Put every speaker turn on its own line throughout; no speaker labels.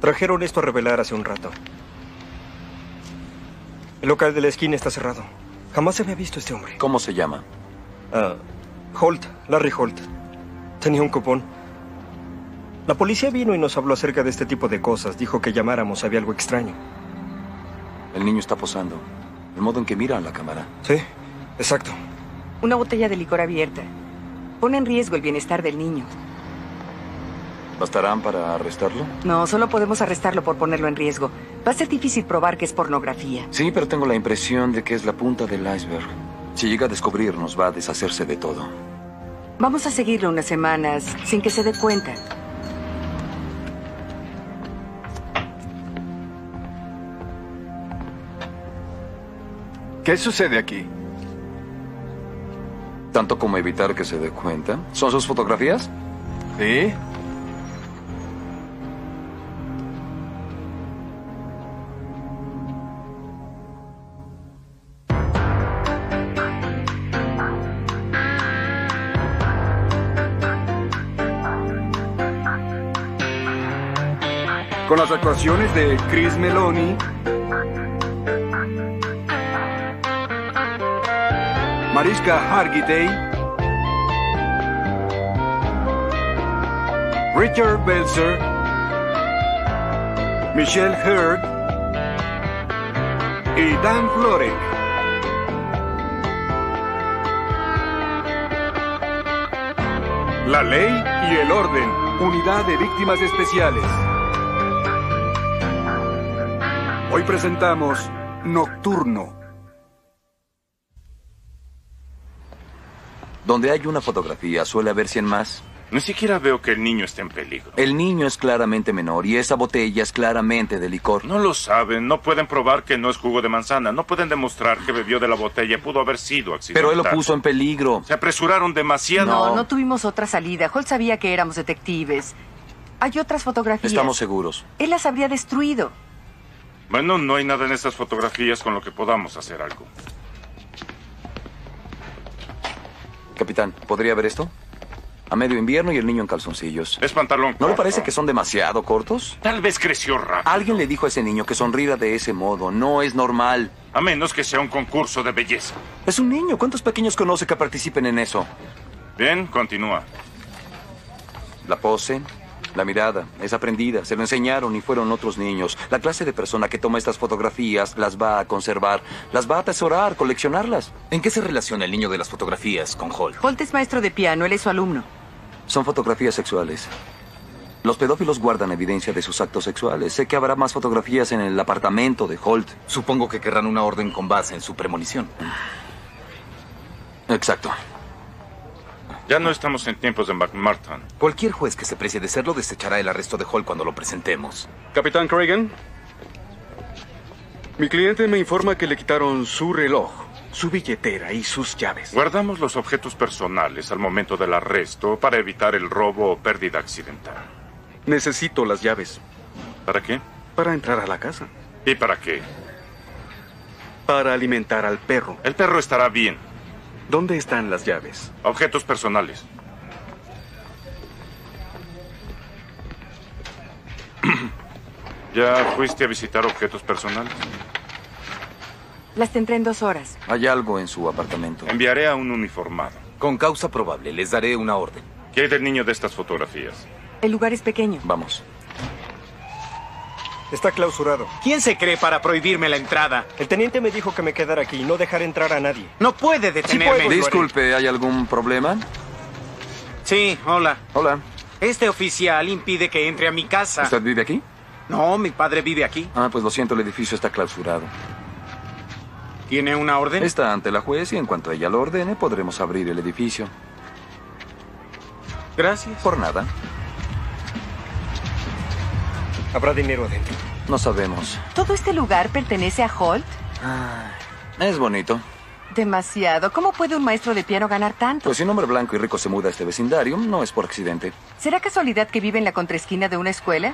Trajeron esto a revelar hace un rato. El local de la esquina está cerrado. Jamás se había visto este hombre.
¿Cómo se llama?
Ah, Holt, Larry Holt. Tenía un cupón. La policía vino y nos habló acerca de este tipo de cosas. Dijo que llamáramos, había algo extraño.
El niño está posando. El modo en que mira a la cámara.
Sí, exacto.
Una botella de licor abierta. Pone en riesgo el bienestar del niño.
¿Bastarán para arrestarlo?
No, solo podemos arrestarlo por ponerlo en riesgo. Va a ser difícil probar que es pornografía.
Sí, pero tengo la impresión de que es la punta del iceberg. Si llega a descubrirnos, va a deshacerse de todo.
Vamos a seguirlo unas semanas sin que se dé cuenta.
¿Qué sucede aquí?
Tanto como evitar que se dé cuenta. ¿Son sus fotografías?
Sí.
Con las actuaciones de Chris Meloni, Mariska Hargitay, Richard Belzer, Michelle Hurd y Dan Florek. La ley y el orden, unidad de víctimas especiales. Hoy presentamos Nocturno.
Donde hay una fotografía suele haber 100 más.
Ni siquiera veo que el niño esté en peligro.
El niño es claramente menor y esa botella es claramente de licor.
No lo saben, no pueden probar que no es jugo de manzana, no pueden demostrar que bebió de la botella, pudo haber sido accidental.
Pero él lo puso en peligro.
Se apresuraron demasiado.
No, no, tuvimos otra salida. Holt sabía que éramos detectives. Hay otras fotografías.
Estamos seguros.
Él las habría destruido.
Bueno, no hay nada en estas fotografías con lo que podamos hacer algo.
Capitán, ¿podría ver esto? A medio invierno y el niño en calzoncillos.
Es pantalón.
¿No le parece que son demasiado cortos?
Tal vez creció rápido.
Alguien le dijo a ese niño que sonriera de ese modo. No es normal.
A menos que sea un concurso de belleza.
Es un niño. ¿Cuántos pequeños conoce que participen en eso?
Bien, continúa.
La pose, la mirada es aprendida, se lo enseñaron y fueron otros niños. La clase de persona que toma estas fotografías las va a conservar, las va a atesorar, coleccionarlas.
¿En qué se relaciona el niño de las fotografías con Holt?
Holt es maestro de piano, él es su alumno.
Son fotografías sexuales. Los pedófilos guardan evidencia de sus actos sexuales. Sé que habrá más fotografías en el apartamento de Holt.
Supongo que querrán una orden con base en su premonición.
Exacto.
Ya no estamos en tiempos de McMartin.
Cualquier juez que se precie de serlo desechará el arresto de Hall cuando lo presentemos.
Capitán Cragen, mi cliente me informa que le quitaron su reloj, su billetera y sus llaves.
Guardamos los objetos personales al momento del arresto para evitar el robo o pérdida accidental.
Necesito las llaves.
¿Para qué?
Para entrar a la casa.
¿Y para qué?
Para alimentar al perro.
El perro estará bien.
¿Dónde están las llaves?
Objetos personales. ¿Ya fuiste a visitar objetos personales?
Las tendré en dos horas.
Hay algo en su apartamento.
Enviaré a un uniformado.
Con causa probable, les daré una orden.
¿Qué hay del niño de estas fotografías?
El lugar es pequeño.
Vamos.
Está clausurado.
¿Quién se cree para prohibirme la entrada?
El teniente me dijo que me quedara aquí y no dejar entrar a nadie.
No puede detenerme. Sí puedo,
Disculpe, ¿hay algún problema?
Sí, hola.
Hola.
Este oficial impide que entre a mi casa.
¿Usted vive aquí?
No, mi padre vive aquí.
Ah, pues lo siento, el edificio está clausurado.
¿Tiene una orden?
Está ante la juez y en cuanto ella lo ordene podremos abrir el edificio.
Gracias.
Por nada.
Habrá dinero adentro.
No sabemos.
¿Todo este lugar pertenece a Holt?
Es bonito.
Demasiado. ¿Cómo puede un maestro de piano ganar tanto?
Pues si un hombre blanco y rico se muda a este vecindario, no es por accidente.
¿Será casualidad que vive en la contraesquina de una escuela?
Eh.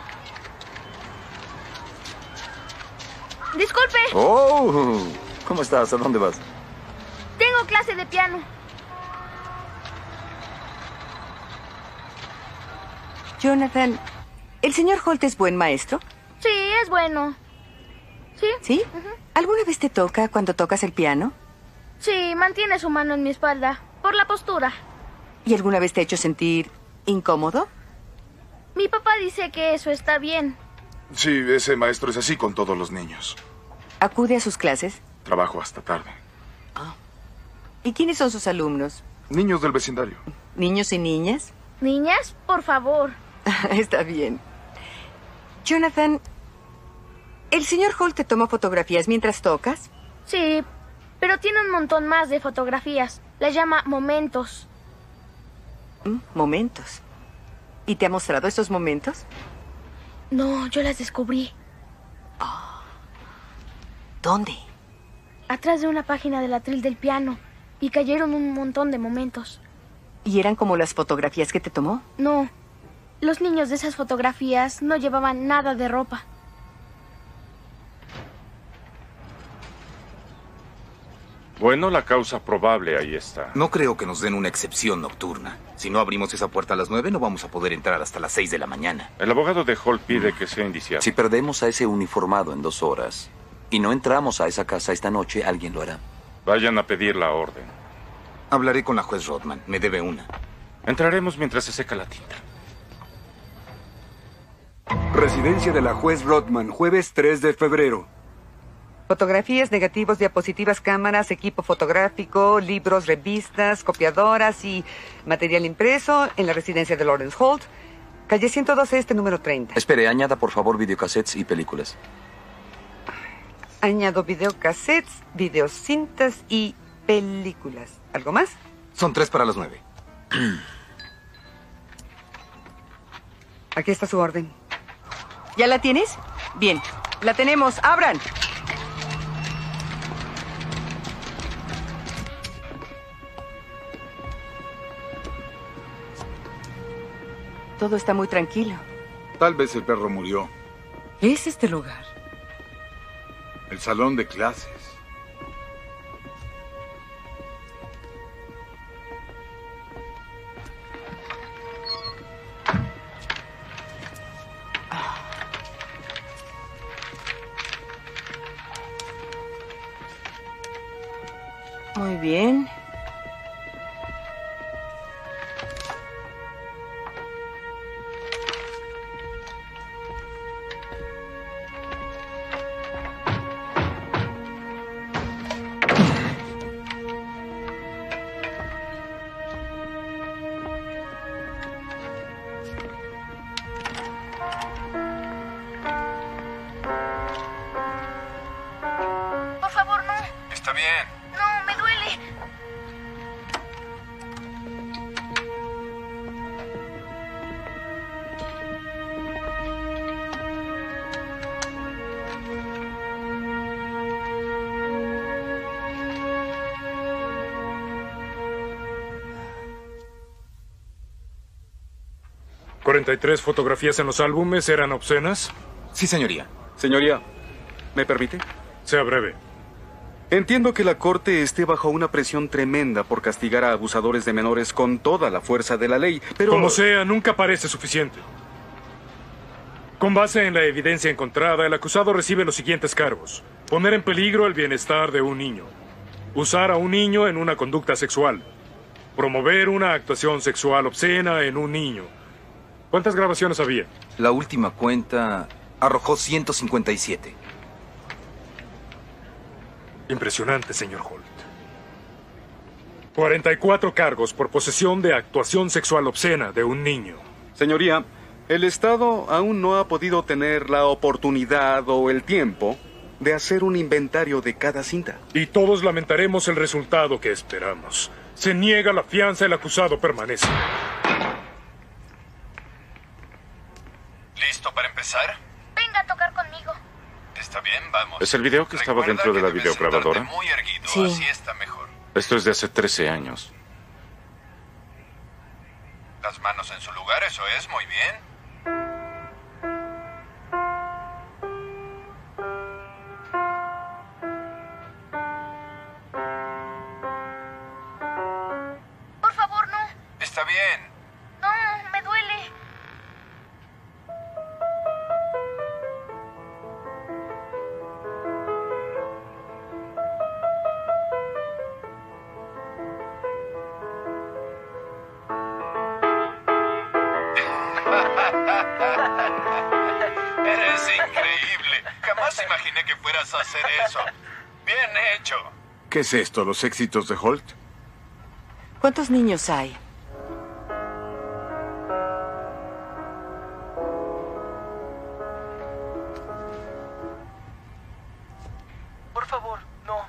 Disculpe,
¡Oh! ¿Cómo estás? ¿A dónde vas?
tengo clase de piano.
Jonathan, ¿el señor Holt es buen maestro?
Sí, es bueno. Sí,
¿Sí? ¿Alguna vez te toca cuando tocas el piano?
sí, mantiene su mano en mi espalda, por la postura.
¿Y alguna vez te ha hecho sentir incómodo?
Mi papá dice que eso está bien.
Sí, ese maestro es así con todos los niños.
¿Acude a sus clases?
Trabajo hasta tarde.
¿Y quiénes son sus alumnos?
Niños del vecindario.
¿Niños y niñas?
Niñas, por favor.
Está bien. Jonathan, ¿el señor Holt te toma fotografías mientras tocas?
Sí, pero tiene un montón más de fotografías. Las llama momentos.
Mm, Momentos. ¿Y te ha mostrado estos momentos?
No, yo las descubrí.
Ah, ¿Dónde?
Atrás de una página del atril del piano. Y cayeron un montón de momentos.
¿Y eran como las fotografías que te tomó?
No. Los niños de esas fotografías no llevaban nada de ropa.
Bueno, Pues la causa probable ahí está.
No creo que nos den una excepción nocturna. Si no abrimos esa puerta a las 9, no vamos a poder entrar hasta las 6 de la mañana.
El abogado de Hall pide que sea indiciado.
Si perdemos a ese uniformado en dos horas y no entramos a esa casa esta noche, alguien lo hará.
Vayan a pedir la orden.
Hablaré con la juez Rodman. Me debe una.
Entraremos mientras se seca la tinta.
Residencia de la juez Rodman, jueves 3 de febrero.
Fotografías, negativos, diapositivas, cámaras, equipo fotográfico, libros, revistas, copiadoras y material impreso en la residencia de Lawrence Holt, calle 112, este número 30.
Espere, añada por favor videocassettes y películas.
Añado videocassettes, videocintas y películas. ¿Algo más?
Son tres para las 9.
Aquí está su orden.
¿Ya la tienes? Bien, la tenemos. ¡Abran! Todo está muy tranquilo.
Tal vez el perro murió.
¿Qué es este lugar?
El salón de clases.
Muy bien.
Por favor, no. Está bien. No, me duele.
¿43 fotografías en los álbumes eran obscenas?
Sí, señoría.
Señoría, ¿me permite?
Sea breve.
Entiendo que la Corte esté bajo una presión tremenda por castigar a abusadores de menores con toda la fuerza de la ley, pero...
Como sea, nunca parece suficiente. Con base en la evidencia encontrada, el acusado recibe los siguientes cargos. Poner en peligro el bienestar de un niño. Usar a un niño en una conducta sexual. Promover una actuación sexual obscena en un niño. ¿Cuántas grabaciones había?
La última cuenta arrojó 157.
Impresionante, señor Holt. 44 cargos por posesión de actuación sexual obscena de un niño.
Señoría, el Estado aún no ha podido tener la oportunidad o el tiempo de hacer un inventario de cada cinta.
Y todos lamentaremos el resultado que esperamos. Se niega la fianza, el acusado permanece.
¿Listo para empezar?
a tocar conmigo.
Está bien, vamos.
¿Es el video que estaba
Recuerda
dentro de
que
la
debes
videograbadora?
sentarte muy erguido,
Sí.
así está mejor.
Esto es de hace 13 años.
Las manos en su lugar, eso es, muy bien.
Por favor, no.
Está bien.
No, me duele.
Eres increíble. Jamás imaginé que fueras a hacer eso. Bien hecho.
¿Qué es esto, los éxitos de Holt?
¿Cuántos niños hay?
Por favor, no.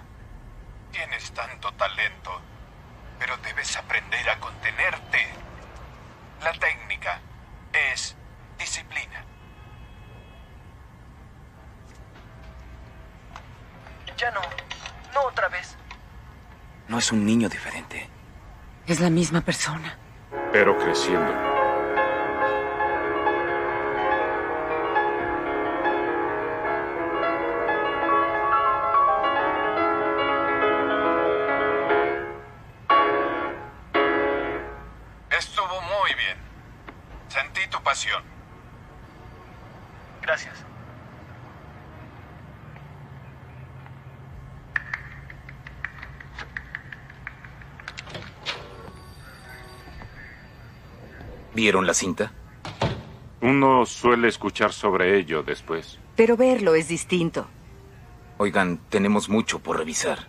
Tienes tanto talento, pero debes aprender a contenerte. La técnica es disciplina.
Ya no. No otra vez.
No es un niño diferente.
Es la misma persona.
Pero creciendo.
Estuvo muy bien. Sentí tu pasión. Gracias.
¿Vieron la cinta?
Uno suele escuchar sobre ello después.
Pero verlo es distinto.
Oigan, tenemos mucho por revisar.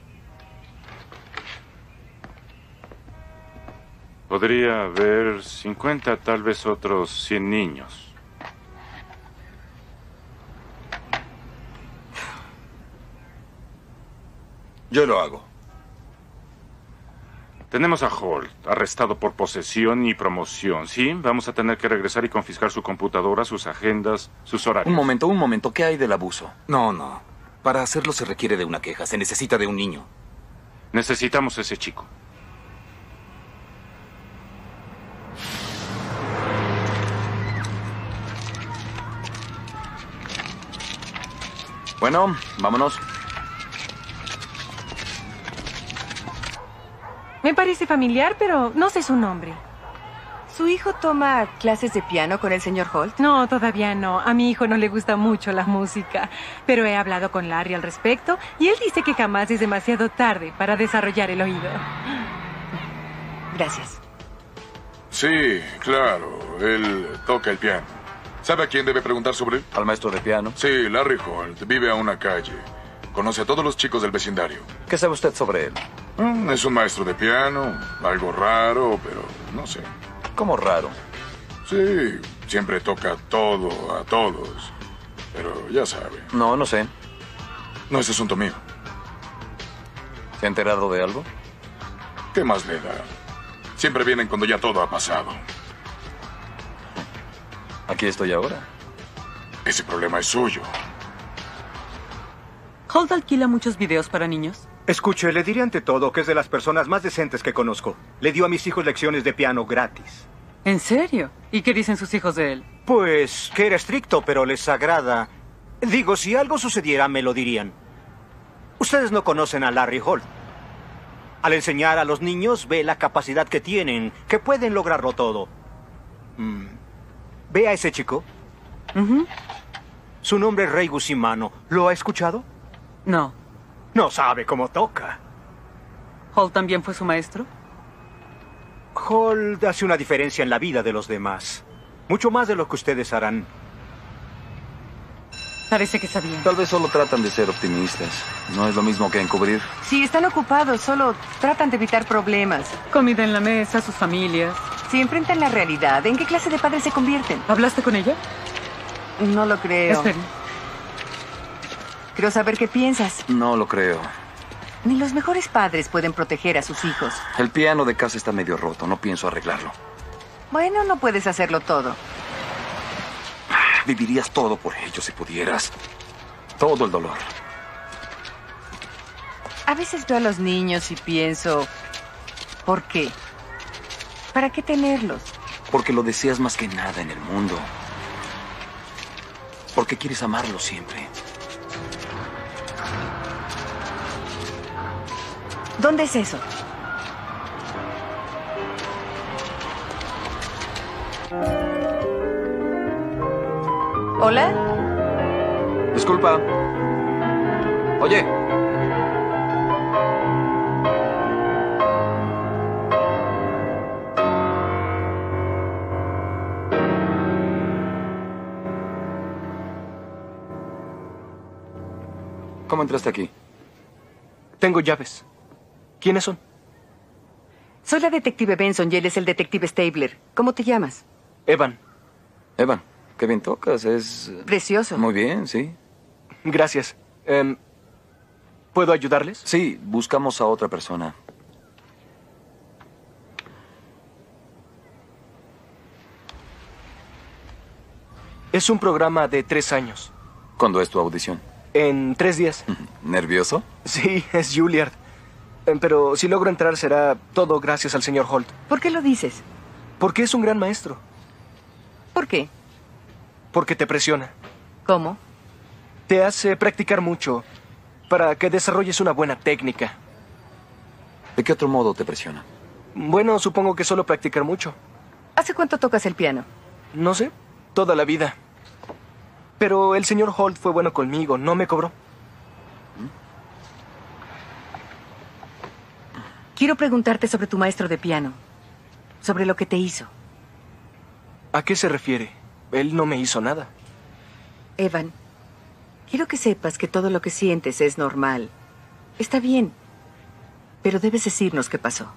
Podría haber 50, tal vez otros 100 niños.
Yo lo hago.
Tenemos a Holt, arrestado por posesión y promoción. Sí, vamos a tener que regresar y confiscar su computadora, sus agendas, sus horarios.
Un momento, un momento. ¿Qué hay del abuso? No, no. Para hacerlo se requiere de una queja. Se necesita de un niño.
Necesitamos ese chico.
Bueno, vámonos.
Me parece familiar, pero no sé su nombre.
¿Su hijo toma clases de piano con el señor Holt?
No, todavía no. A mi hijo no le gusta mucho la música. Pero he hablado con Larry al respecto y él dice que jamás es demasiado tarde para desarrollar el oído.
Gracias.
Sí, claro. Él toca el piano. ¿Sabe a quién debe preguntar sobre él?
Al maestro de piano.
Sí, Larry Holt. Vive a una calle. Conoce a todos los chicos del vecindario.
¿Qué sabe usted sobre él?
Mm, Es un maestro de piano. Algo raro, pero no sé.
¿Cómo raro?
Sí, siempre toca todo a todos. Pero ya sabe.
No, no sé.
No es asunto mío.
¿Se ha enterado de algo?
¿Qué más le da? Siempre vienen cuando ya todo ha pasado.
Aquí estoy ahora.
Ese problema es suyo.
Holt alquila muchos videos para niños.
Escuche, le diré ante todo que es de las personas más decentes que conozco. Le dio a mis hijos lecciones de piano gratis.
¿En serio? ¿Y qué dicen sus hijos de él?
Pues que era estricto, pero les agrada. Digo, si algo sucediera, me lo dirían. Ustedes no conocen a Larry Holt. Al enseñar a los niños, ve la capacidad que tienen, que pueden lograrlo todo. Mm. Ve a ese chico. Su nombre es Rey Gusimano. ¿Lo ha escuchado?
No.
No sabe cómo toca.
¿Holt también fue su maestro?
Holt hace una diferencia en la vida de los demás. Mucho más de lo que ustedes harán.
Parece que sabía.
Tal vez solo tratan de ser optimistas. No es lo mismo que encubrir.
Si están ocupados, solo tratan de evitar problemas.
Comida en la mesa, sus familias.
Si enfrentan la realidad, ¿en qué clase de padres se convierten?
¿Hablaste con ella?
No lo creo.
Esperen.
Quiero saber qué piensas.
No lo creo.
Ni los mejores padres pueden proteger a sus hijos.
El piano de casa está medio roto. No pienso arreglarlo.
Bueno, no puedes hacerlo todo.
Vivirías todo por ello si pudieras. Todo el dolor.
A veces veo a los niños y pienso, ¿por qué? ¿Para qué tenerlos?
Porque lo deseas más que nada en el mundo. Porque quieres amarlo siempre.
¿Dónde es eso?
¿Hola?
Disculpa. Oye. ¿Cómo entraste aquí?
Tengo llaves. ¿Quiénes son?
Soy la detective Benson y él es el detective Stabler. ¿Cómo te llamas?
Evan.
Evan, qué bien tocas, es...
Precioso.
Muy bien, sí.
Gracias. Em, ¿Puedo ayudarles?
Sí, buscamos a otra persona.
Es un programa de tres años.
¿Cuándo es tu audición? Mm.
En tres días.
¿Nervioso?
Sí, es Juilliard. Em, Pero si logro entrar será todo gracias al señor Holt.
¿Por qué lo dices?
Porque es un gran maestro.
¿Por qué?
Porque te presiona.
¿Cómo?
Te hace practicar mucho para que desarrolles una buena técnica.
¿De qué otro modo te presiona?
Bueno, supongo que solo practicar mucho.
¿Hace cuánto tocas el piano?
No sé, toda la vida. Pero el señor Holt fue bueno conmigo, no me cobró.
Quiero preguntarte sobre tu maestro de piano, sobre lo que te hizo.
¿A qué se refiere? Él no me hizo nada.
Evan, quiero que sepas que todo lo que sientes es normal. Está bien, pero debes decirnos qué pasó.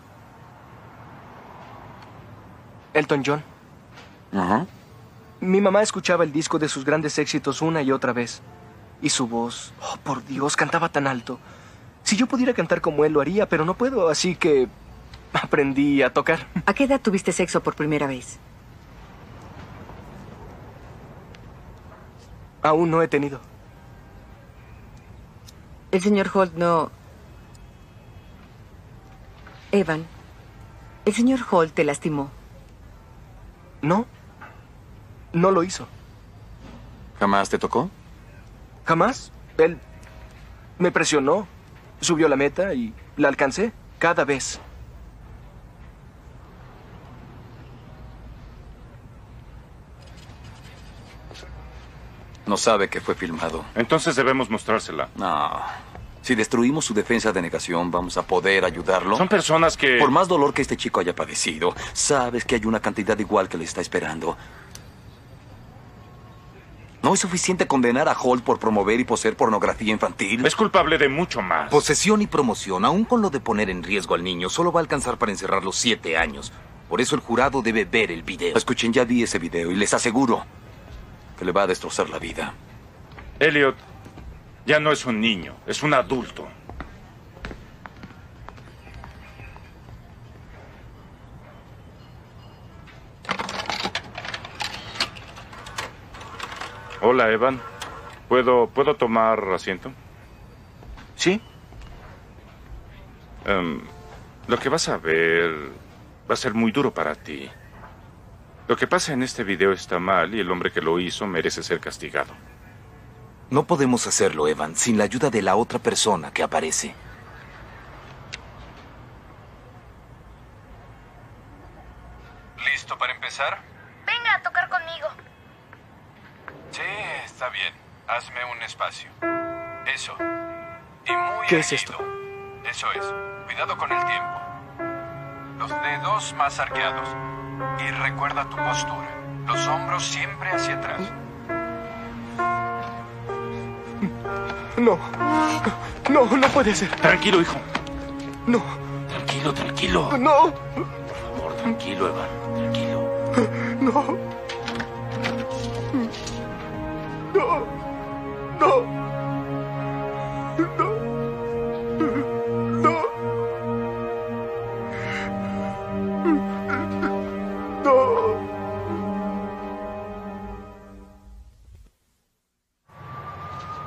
Elton John.
Ajá.
Mi mamá escuchaba el disco de sus grandes éxitos una y otra vez. Y su voz, oh por Dios, cantaba tan alto. Si yo pudiera cantar como él lo haría, pero no puedo, así que aprendí a tocar.
¿A qué edad tuviste sexo por primera vez?
Aún no he tenido.
El señor Holt no... Evan, el señor Holt te lastimó.
No. No lo hizo.
¿Jamás te tocó?
Jamás. Él me presionó, subió la meta y la alcancé cada vez.
No sabe que fue filmado.
Entonces debemos mostrársela.
No. Si destruimos su defensa de negación, vamos a poder ayudarlo.
Son personas que...
Por más dolor que este chico haya padecido, sabes que hay una cantidad igual que le está esperando. No es suficiente condenar a Holt por promover y poseer pornografía infantil.
Es culpable de mucho más.
Posesión y promoción, aún con lo de poner en riesgo al niño, solo va a alcanzar para encerrarlo siete años. Por eso el jurado debe ver el video.
Escuchen, ya vi ese video y les aseguro que le va a destrozar la vida.
Elliot ya no es un niño, es un adulto. Hola, Evan. ¿Puedo, ¿puedo tomar asiento?
¿Sí?
Em, lo que vas a ver va a ser muy duro para ti. Lo que pasa en este video está mal y el hombre que lo hizo merece ser castigado.
No podemos hacerlo, Evan, sin la ayuda de la otra persona que aparece.
¿Listo para empezar?
Venga a tocar conmigo.
Sí, está bien. Hazme un espacio. Eso. Y muy
¿Qué es
erguido. Eso es. Cuidado con el tiempo. Los dedos más arqueados. Y recuerda tu postura. Los hombros siempre hacia atrás.
No. No, no puede ser.
Tranquilo, hijo.
No,
Tranquilo, tranquilo.
Ah, no,
Por favor, tranquilo, Evan. Tranquilo.
no. No. No.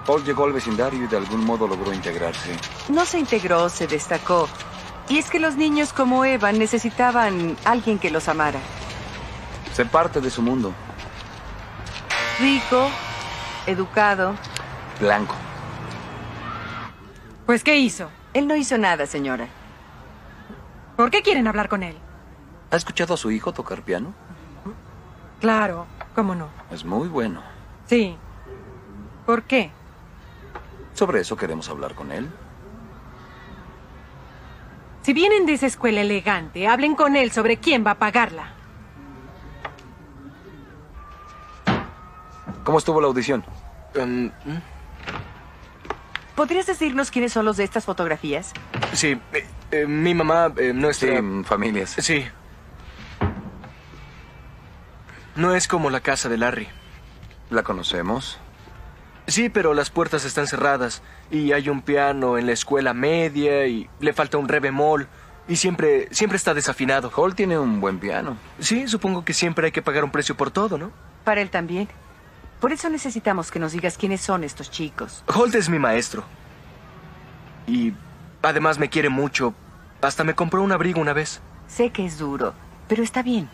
Paul llegó al vecindario y de algún modo logró integrarse.
No se integró, se destacó. Y es que los niños como Evan necesitaban alguien que los amara.
Sé parte de su mundo.
Rico, educado.
Blanco.
Pues, ¿qué hizo?
Él no hizo nada, señora.
¿Por qué quieren hablar con él?
¿Ha escuchado a su hijo tocar piano?
Claro, cómo no.
Es muy bueno.
Sí. ¿Por qué?
Sobre eso queremos hablar con él.
Si vienen de esa escuela elegante, hablen con él sobre quién va a pagarla.
¿Cómo estuvo la audición?
¿Podrías decirnos quiénes son los de estas fotografías?
Sí, eh, eh, mi mamá eh, no es...
Sí, familias.
Sí. No es como la casa de Larry.
¿La conocemos?
Sí, pero las puertas están cerradas y hay un piano en la escuela media y le falta un re bemol y siempre, siempre está desafinado.
Hall tiene un buen piano.
Sí, supongo que siempre hay que pagar un precio por todo, ¿no?
Para él también. Por eso necesitamos que nos digas quiénes son estos chicos.
Holt es mi maestro. Y además me quiere mucho. Hasta me compró un abrigo una vez.
Sé que es duro, pero está bien.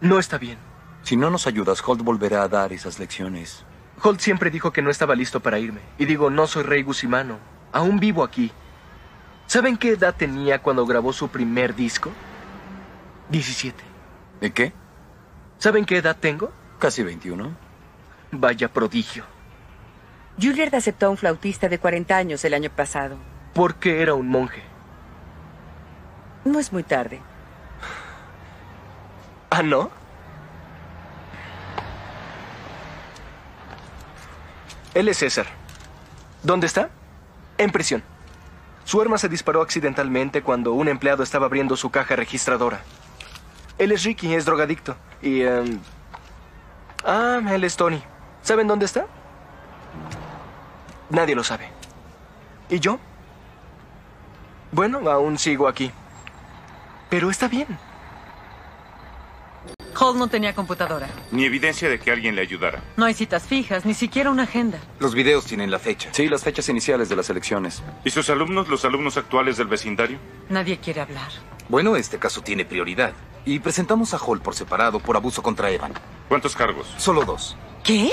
No está bien.
Si no nos ayudas, Holt volverá a dar esas lecciones.
Holt siempre dijo que no estaba listo para irme. Y digo, no soy rey gusimano. Aún vivo aquí. ¿Saben qué edad tenía cuando grabó su primer disco? 17.
¿De qué?
¿Saben qué edad tengo?
Casi 21.
Vaya prodigio.
Juilliard aceptó a un flautista de 40 años el año pasado.
Porque era un monje.
No es muy tarde.
¿Ah, no? Él es César. ¿Dónde está? En prisión. Su arma se disparó accidentalmente cuando un empleado estaba abriendo su caja registradora. Él es Ricky, es drogadicto. Y... em, Ah, él es Tony. ¿Saben dónde está? Nadie lo sabe. ¿Y yo? Bueno, aún sigo aquí. Pero está bien.
Hall no tenía computadora.
Ni evidencia de que alguien le ayudara.
No hay citas fijas, ni siquiera una agenda.
Los videos tienen la fecha.
Sí, las fechas iniciales de las elecciones.
¿Y sus alumnos, los alumnos actuales del vecindario?
Nadie quiere hablar.
Bueno, este caso tiene prioridad. Y presentamos a Hall por separado por abuso contra Evan.
¿Cuántos cargos?
Solo dos.
¿Qué?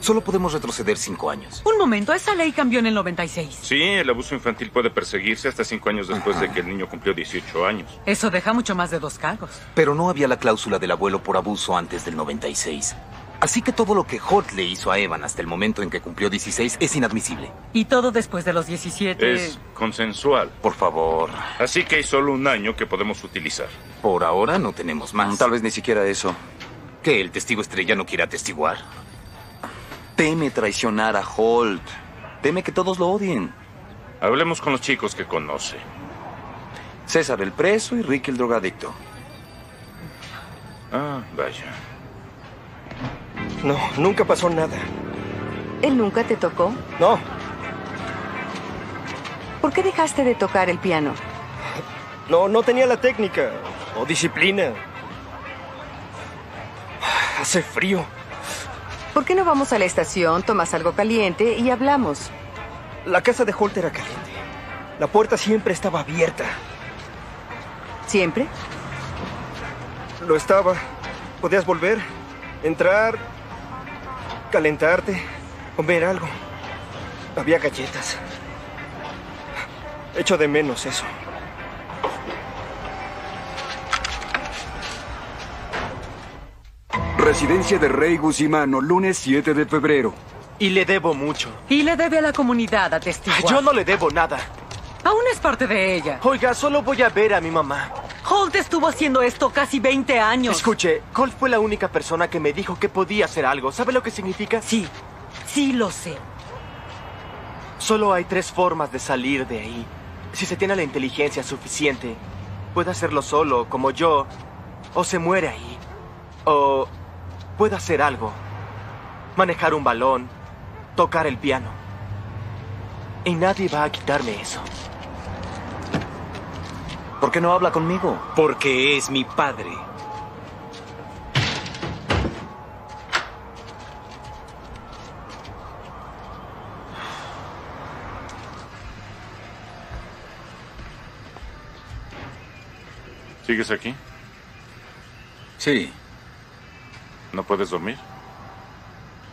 Solo podemos retroceder cinco años.
Un momento, esa ley cambió en el 96.
Sí, el abuso infantil puede perseguirse hasta cinco años después de que el niño cumplió 18 años.
Eso deja mucho más de dos cargos.
Pero no había la cláusula del abuelo por abuso antes del 96. Así que todo lo que Holt le hizo a Evan hasta el momento en que cumplió 16 es inadmisible.
Y todo después de los 17.
Es consensual.
Este, Por favor.
Así que hay solo un año que podemos utilizar.
Por ahora no tenemos más.
Tal vez ni siquiera eso.
¿Que el testigo estrella no quiera testiguar?
Teme traicionar a Holt. Teme que todos lo odien.
Hablemos con los chicos que conoce.
César el preso y Ricky el drogadicto.
Ah, vaya.
No, nunca pasó nada.
¿Él nunca te tocó?
No,
¿Por qué dejaste de tocar el piano?
no, no tenía la técnica o disciplina. Ah, Hace frío.
¿Por qué no vamos a la estación, tomas algo caliente y hablamos?
La casa de Holt era caliente. La puerta siempre estaba abierta.
¿Siempre?
Lo estaba. Podías volver, entrar, calentarte, comer algo. Había galletas. Echo de menos eso.
Residencia de Rey Gusimano, lunes 7 de febrero.
Y le debo mucho.
Y le debe a la comunidad atestiguar.
Yo no le debo nada.
Aún es parte de ella.
Oiga, solo voy a ver a mi mamá.
Holt estuvo haciendo esto casi 20 años.
Escuche, Cole fue la única persona que me dijo que podía hacer algo. ¿Sabe lo que significa?
Sí, sí lo sé.
Solo hay tres formas de salir de ahí. Si se tiene la inteligencia suficiente, puede hacerlo solo, como yo, o se muere ahí, o puede hacer algo. Manejar un balón, tocar el piano. Y nadie va a quitarme eso.
¿Por qué no habla conmigo?
Porque es mi padre.
¿Sigues aquí?
Sí.
¿No puedes dormir?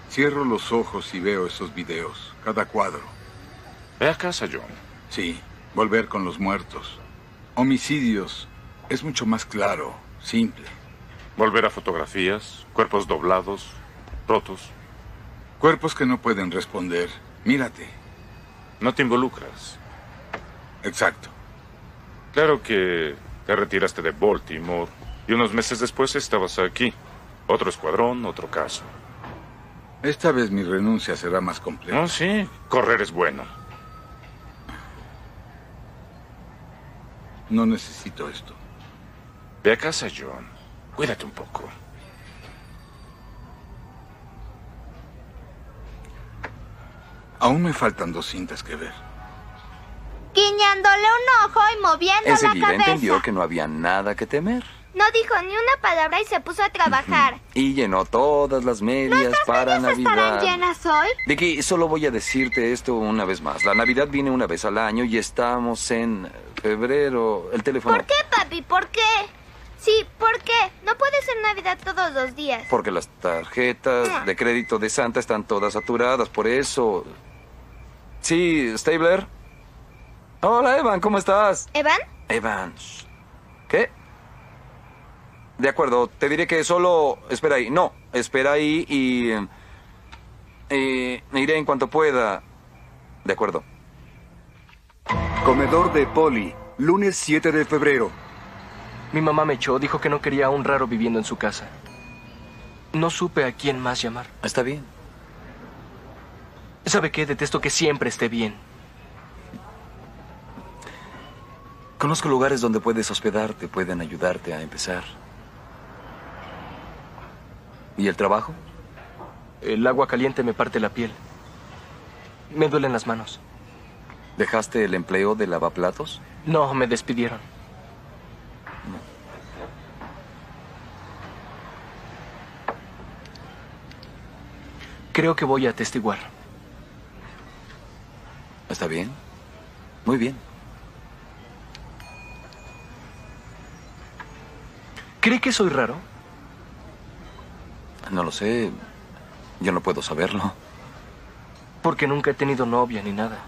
Cierro los ojos y veo esos videos, cada cuadro.
Ve a casa, John.
Sí, volver con los muertos. Homicidios es mucho más claro, simple.
Volver a fotografías, cuerpos doblados, rotos.
Cuerpos que no pueden responder. Mírate.
No te involucras.
Exacto.
Claro que te retiraste de Baltimore y unos meses después estabas aquí. Otro escuadrón, otro caso.
Esta vez mi renuncia será más completa.
Oh, sí. Correr es bueno.
No necesito esto.
Ve a casa, John. Cuídate un poco.
Aún me faltan dos cintas que ver.
Guiñándole un ojo y moviendo la
Enseguida
cabeza.
entendió que no había nada que temer
No dijo ni una palabra y se puso a trabajar.
y llenó todas las medias para
¿Esas estarán
Navidad.
llenas hoy?
Dicky, solo voy a decirte esto una vez más. La Navidad viene una vez al año y estamos en febrero. El teléfono.
¿Por qué, papi? ¿Por qué? Sí, ¿por qué? No puede ser Navidad todos los días.
Porque las tarjetas de crédito de Santa están todas saturadas, por eso. Sí, Stabler. Hola, Evan, ¿cómo estás?
¿Evan?
Evans. ¿Qué? De acuerdo, te diré que solo... Espera ahí. No, espera ahí y... eh, iré en cuanto pueda. De acuerdo.
Comedor de Poli, lunes 7 de febrero.
Mi mamá me echó, dijo que no quería a un raro viviendo en su casa. No supe a quién más llamar.
Está bien.
¿Sabe qué? Detesto que siempre esté bien.
Conozco lugares donde puedes hospedarte, pueden ayudarte a empezar. ¿Y el trabajo?
El agua caliente me parte la piel. Me duelen las manos.
¿Dejaste el empleo de lavaplatos?
No, me despidieron. Creo que voy a atestiguar.
¿Está bien? Muy bien.
¿Cree que soy raro?
No lo sé. Yo no puedo saberlo.
Porque nunca he tenido novia ni nada.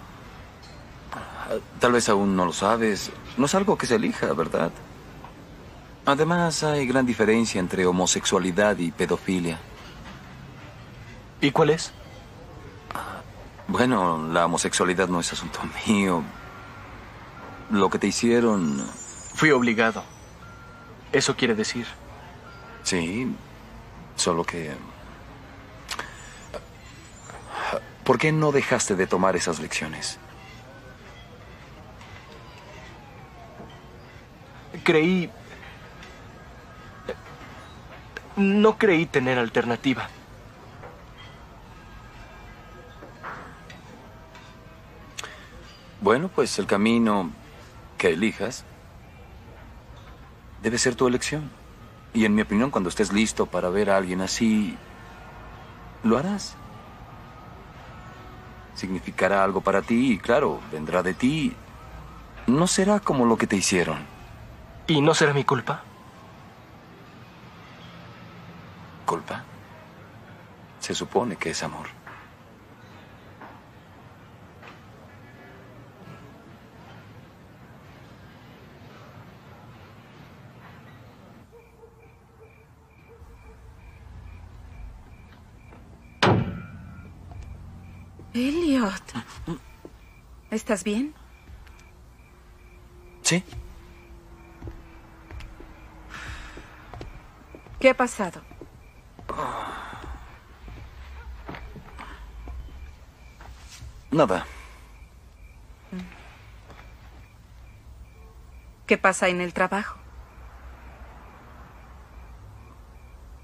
Tal vez aún no lo sabes. No es algo que se elija, ¿verdad? Además, hay gran diferencia entre homosexualidad y pedofilia.
¿Y cuál es?
Bueno, la homosexualidad no es asunto mío. Lo que te hicieron...
Fui obligado. Eso quiere decir.
Sí, solo que... ¿Por qué no dejaste de tomar esas lecciones?
Creí... No creí tener alternativa.
Bueno, pues el camino que elijas debe ser tu elección. Y en mi opinión, cuando estés listo para ver a alguien así, lo harás. Significará algo para ti y claro, vendrá de ti. No será como lo que te hicieron.
¿Y no será mi culpa?
¿Culpa? Se supone que es amor.
Elliot. ¿Estás bien?
Sí.
¿Qué ha pasado?
Nada.
¿Qué pasa en el trabajo?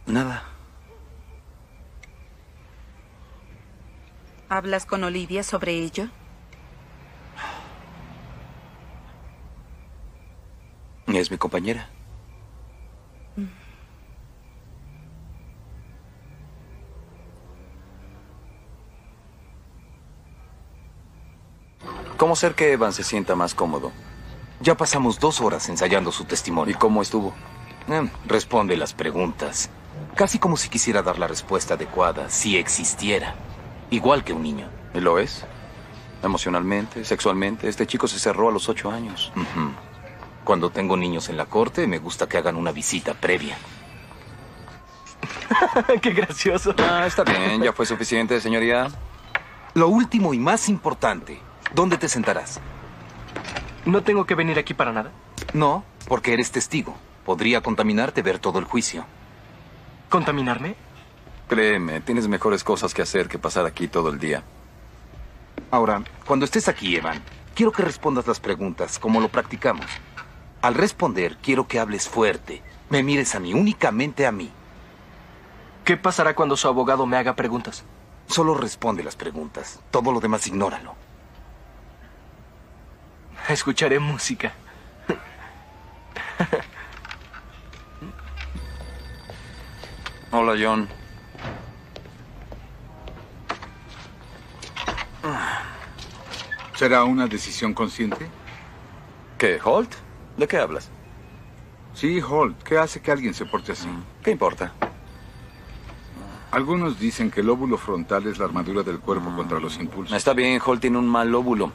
Nada.
¿Hablas con Olivia sobre ello?
Es mi compañera. ¿Cómo hacer que Evan se sienta más cómodo?
Ya pasamos dos horas ensayando su testimonio. ¿Y cómo estuvo? responde las preguntas. Casi como si quisiera dar la respuesta adecuada, si existiera. Igual que un niño.
¿Y lo es? Emocionalmente, sexualmente. Este chico se cerró a los ocho años.
Ujú. Cuando tengo niños en la corte, me gusta que hagan una visita previa.
Qué gracioso.
Ah, está bien, ya fue suficiente, señoría.
Lo último y más importante, ¿dónde te sentarás?
No tengo que venir aquí para nada.
No, porque eres testigo. Podría contaminarte ver todo el juicio.
¿Contaminarme?
Créeme, tienes mejores cosas que hacer que pasar aquí todo el día.
Ahora, cuando estés aquí, Evan, quiero que respondas las preguntas como lo practicamos. Al responder, quiero que hables fuerte. Me mires a mí, únicamente a mí.
¿Qué pasará cuando su abogado me haga preguntas?
Solo responde las preguntas. Todo lo demás ignóralo.
Escucharé música.
Hola, John.
¿Será una decisión consciente?
¿Qué, Holt? ¿De qué hablas?
Sí, Holt. ¿Qué hace que alguien se porte así?
¿Qué importa?
Algunos dicen que el óvulo frontal es la armadura del cuerpo
Mm.
contra los impulsos.
Está bien, Holt tiene un mal óvulo.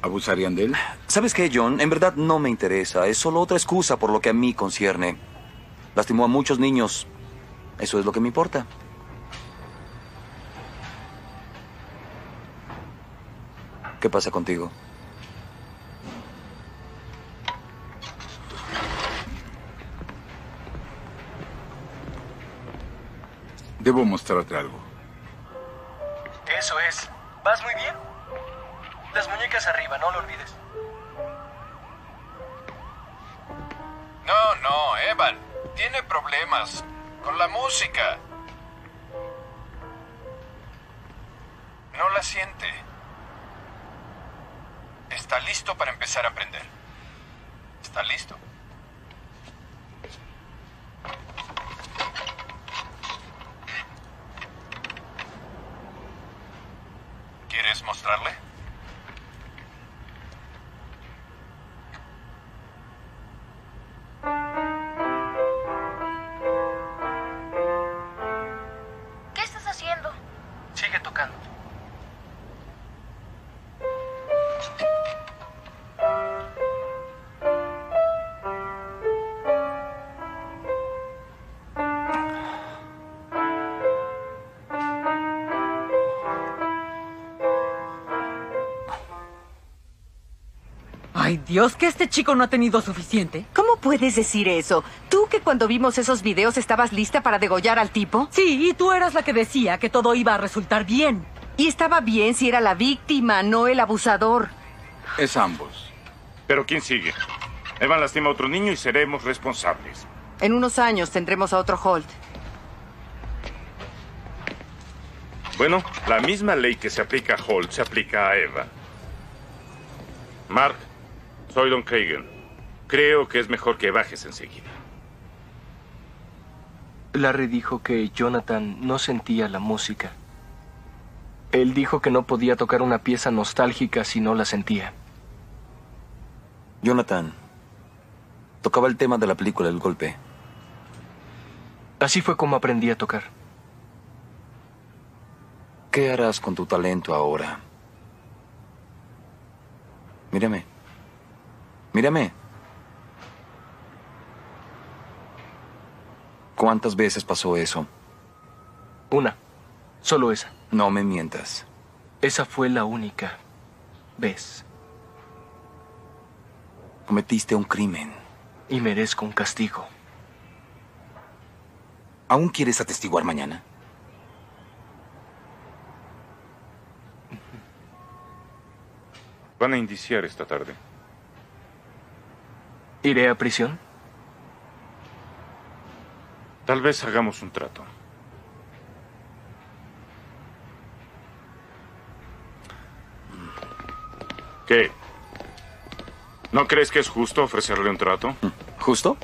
¿Abusarían de él?
¿Sabes qué, John? En verdad no me interesa. Es solo otra excusa por lo que a mí concierne. Lastimó a muchos niños. Eso es lo que me importa. ¿Qué pasa contigo?
Debo mostrarte algo.
Eso es. ¿Vas muy bien? Las muñecas arriba, no lo olvides.
No, no, Evan. Tiene problemas con la música. No la siente. Está listo para empezar a aprender. Está listo. ¿Quieres mostrarle?
¿Qué estás haciendo?
Sigue tocando.
Ay, Dios, que este chico no ha tenido suficiente.
¿Cómo puedes decir eso? ¿Tú que cuando vimos esos videos estabas lista para degollar al tipo?
Sí, y tú eras la que decía que todo iba a resultar bien.
Y estaba bien si era la víctima, no el abusador.
Es ambos.
Pero ¿quién sigue? Evan lastima a otro niño y seremos responsables.
En unos años tendremos a otro Holt.
Bueno, la misma ley que se aplica a Holt se aplica a Eva. Mark, soy Don Kagan. Creo que es mejor que bajes enseguida.
Larry dijo que Jonathan no sentía la música. Él dijo que no podía tocar una pieza nostálgica si no la sentía.
Jonathan. Tocaba el tema de la película El Golpe.
Así fue como aprendí a tocar.
¿Qué harás con tu talento ahora? Mírame. Mírame. ¿Cuántas veces pasó eso?
Una. Solo esa.
No me mientas.
Esa fue la única vez.
Cometiste un crimen.
Y merezco un castigo.
¿Aún quieres atestiguar mañana?
Van a indiciar esta tarde.
¿Iré a prisión?
Tal vez hagamos un trato. ¿Qué? ¿No crees que es justo ofrecerle un trato?
¿Justo?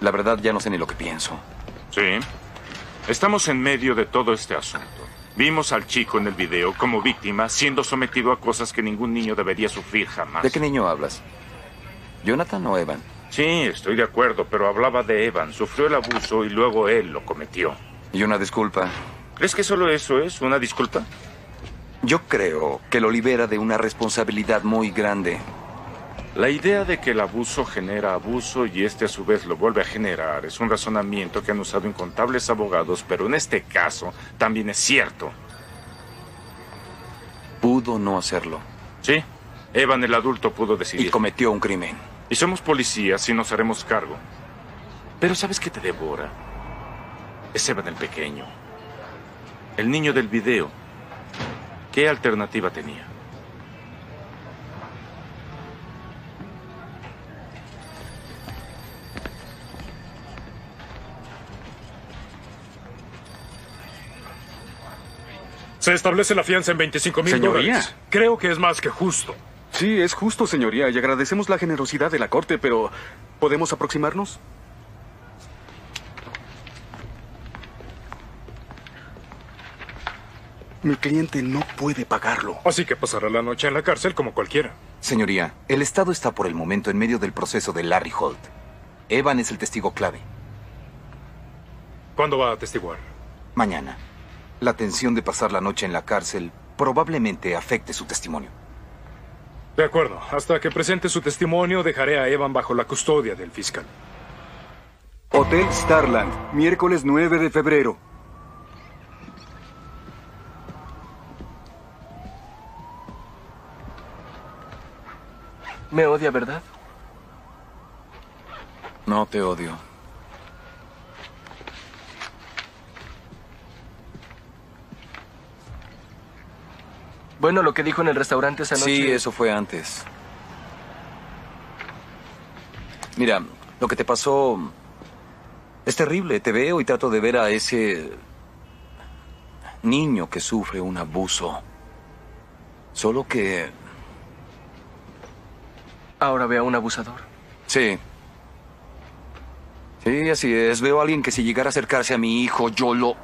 La verdad ya no sé ni lo que pienso.
Sí. Estamos en medio de todo este asunto. Vimos al chico en el video como víctima siendo sometido a cosas que ningún niño debería sufrir jamás.
¿De qué niño hablas? ¿Jonathan o Evan?
Sí, estoy de acuerdo, pero hablaba de Evan. Sufrió el abuso y luego él lo cometió.
Y una disculpa.
¿Crees que solo eso es una disculpa?
Yo creo que lo libera de una responsabilidad muy grande.
La idea de que el abuso genera abuso y este a su vez lo vuelve a generar es un razonamiento que han usado incontables abogados, pero en este caso también es cierto.
Pudo no hacerlo.
Sí, Evan el adulto pudo decidir.
Y cometió un crimen.
Y somos policías y nos haremos cargo. Pero ¿sabes qué te devora? Es Evan el pequeño. El niño del video. ¿Qué alternativa tenía?
Se establece la fianza en 25 mil
Señoría.
dólares. Creo que es más que justo.
Sí, es justo, señoría, y agradecemos la generosidad de la corte, pero ¿podemos aproximarnos? Mi cliente no puede pagarlo.
Así que pasará la noche en la cárcel como cualquiera.
Señoría, el Estado está por el momento en medio del proceso de Larry Holt. Evan es el testigo clave.
¿Cuándo va a testiguar?
Mañana. La tensión de pasar la noche en la cárcel probablemente afecte su testimonio.
De acuerdo. Hasta que presente su testimonio, dejaré a Evan bajo la custodia del fiscal.
Hotel Starland, miércoles 9 de febrero.
Me odia, ¿verdad?
No te odio.
Bueno, lo que dijo en el restaurante esa noche.
Sí, eso fue antes. Mira, lo que te pasó es terrible. Te veo y trato de ver a ese niño que sufre un abuso. Solo que...
Ahora ve a un abusador.
Sí. Sí, así es. Veo a alguien que si llegara a acercarse a mi hijo, yo lo...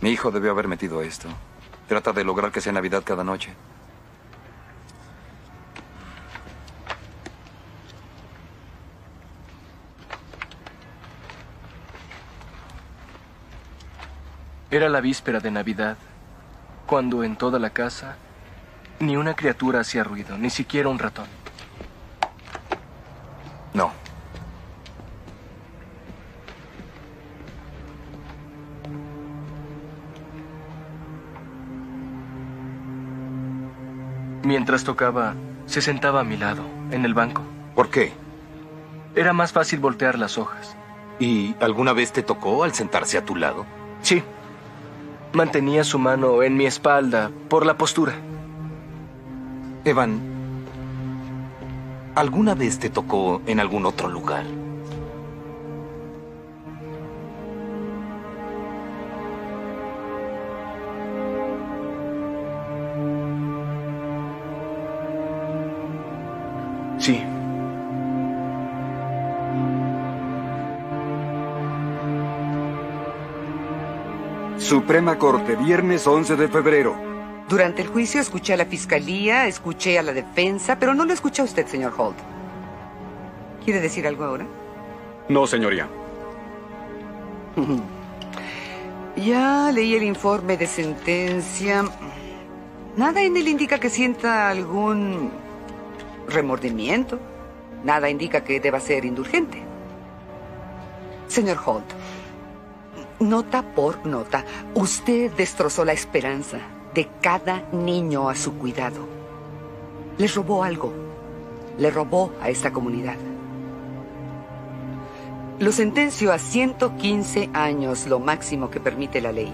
Mi hijo debió haber metido esto. Trata de lograr que sea Navidad cada noche.
Era la víspera de Navidad, cuando en toda la casa ni una criatura hacía ruido, ni siquiera un ratón.
No.
Mientras tocaba, se sentaba a mi lado, en el banco.
¿Por qué?
Era más fácil voltear las hojas.
¿Y alguna vez te tocó al sentarse a tu lado?
Sí. Mantenía su mano en mi espalda por la postura.
Evan, ¿alguna vez te tocó en algún otro lugar?
Sí.
Suprema Corte, viernes 11 de febrero.
Durante el juicio escuché a la fiscalía, escuché a la defensa, pero no lo escuché a usted, señor Holt. ¿Quiere decir algo ahora?
No, señoría.
Ya leí el informe de sentencia. Nada en él indica que sienta algún remordimiento. Nada indica que deba ser indulgente. Señor Holt, nota por nota, usted destrozó la esperanza de cada niño a su cuidado. Les robó algo. Le robó a esta comunidad. Lo sentencio a 115 años, lo máximo que permite la ley.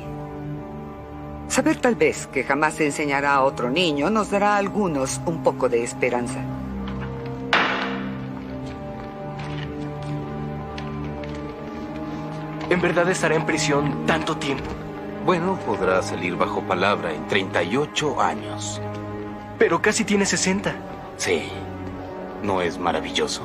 Saber tal vez que jamás se enseñará a otro niño nos dará a algunos un poco de esperanza.
En verdad estaré en prisión tanto tiempo.
Bueno, podrá salir bajo palabra en 38 años.
Pero casi tiene 60.
Sí. ¿No es maravilloso?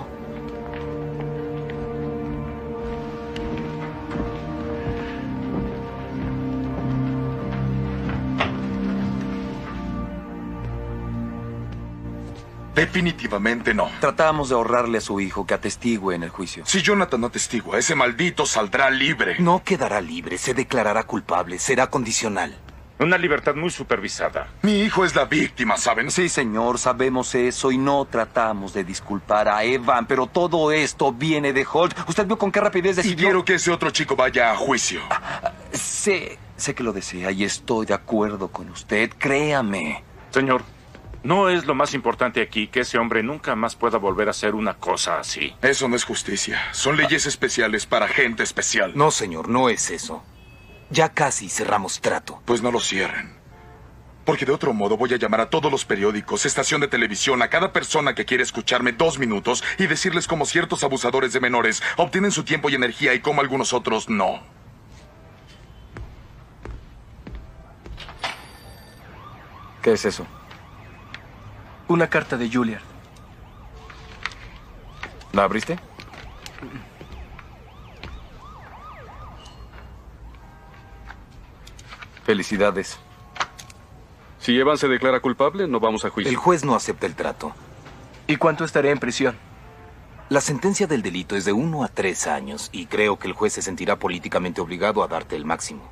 Definitivamente no.
Tratamos de ahorrarle a su hijo que atestigue en el juicio.
Si Jonathan no testigua, ese maldito saldrá libre.
No quedará libre, se declarará culpable, será condicional.
Una libertad muy supervisada.
Mi hijo es la víctima, ¿saben?
Sí, señor, sabemos eso y no tratamos de disculpar a Evan, pero todo esto viene de Holt. ¿Usted vio con qué rapidez
Y
decidió?
quiero que ese otro chico vaya a juicio.
Sé, sé que lo desea y estoy de acuerdo con usted, créame.
Señor, no es lo más importante aquí que ese hombre nunca más pueda volver a hacer una cosa así.
Eso no es justicia. Son leyes especiales para gente especial.
No, señor, no es eso. Ya casi cerramos trato.
Pues no lo cierren. Porque de otro modo voy a llamar a todos los periódicos, estación de televisión, a cada persona que quiere escucharme dos minutos y decirles cómo ciertos abusadores de menores obtienen su tiempo y energía y cómo algunos otros no.
¿Qué es eso?
Una carta de Julia.
¿La abriste? Felicidades.
Si Evan se declara culpable, no vamos a juicio.
El juez no acepta el trato.
¿Y cuánto estaré en prisión?
La sentencia del delito es de uno a tres años y creo que el juez se sentirá políticamente obligado a darte el máximo.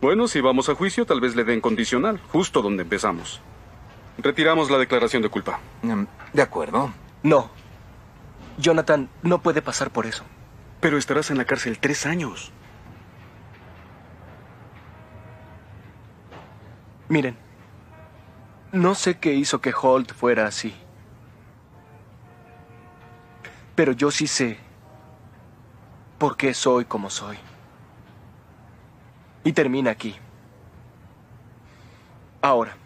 Bueno, si vamos a juicio, tal vez le den condicional, justo donde empezamos. Retiramos la declaración de culpa.
De acuerdo.
No. Jonathan no puede pasar por eso.
Pero estarás en la cárcel tres años.
Miren, no sé qué hizo que Holt fuera así. Pero yo sí sé por qué soy como soy. Y termina aquí. Ahora,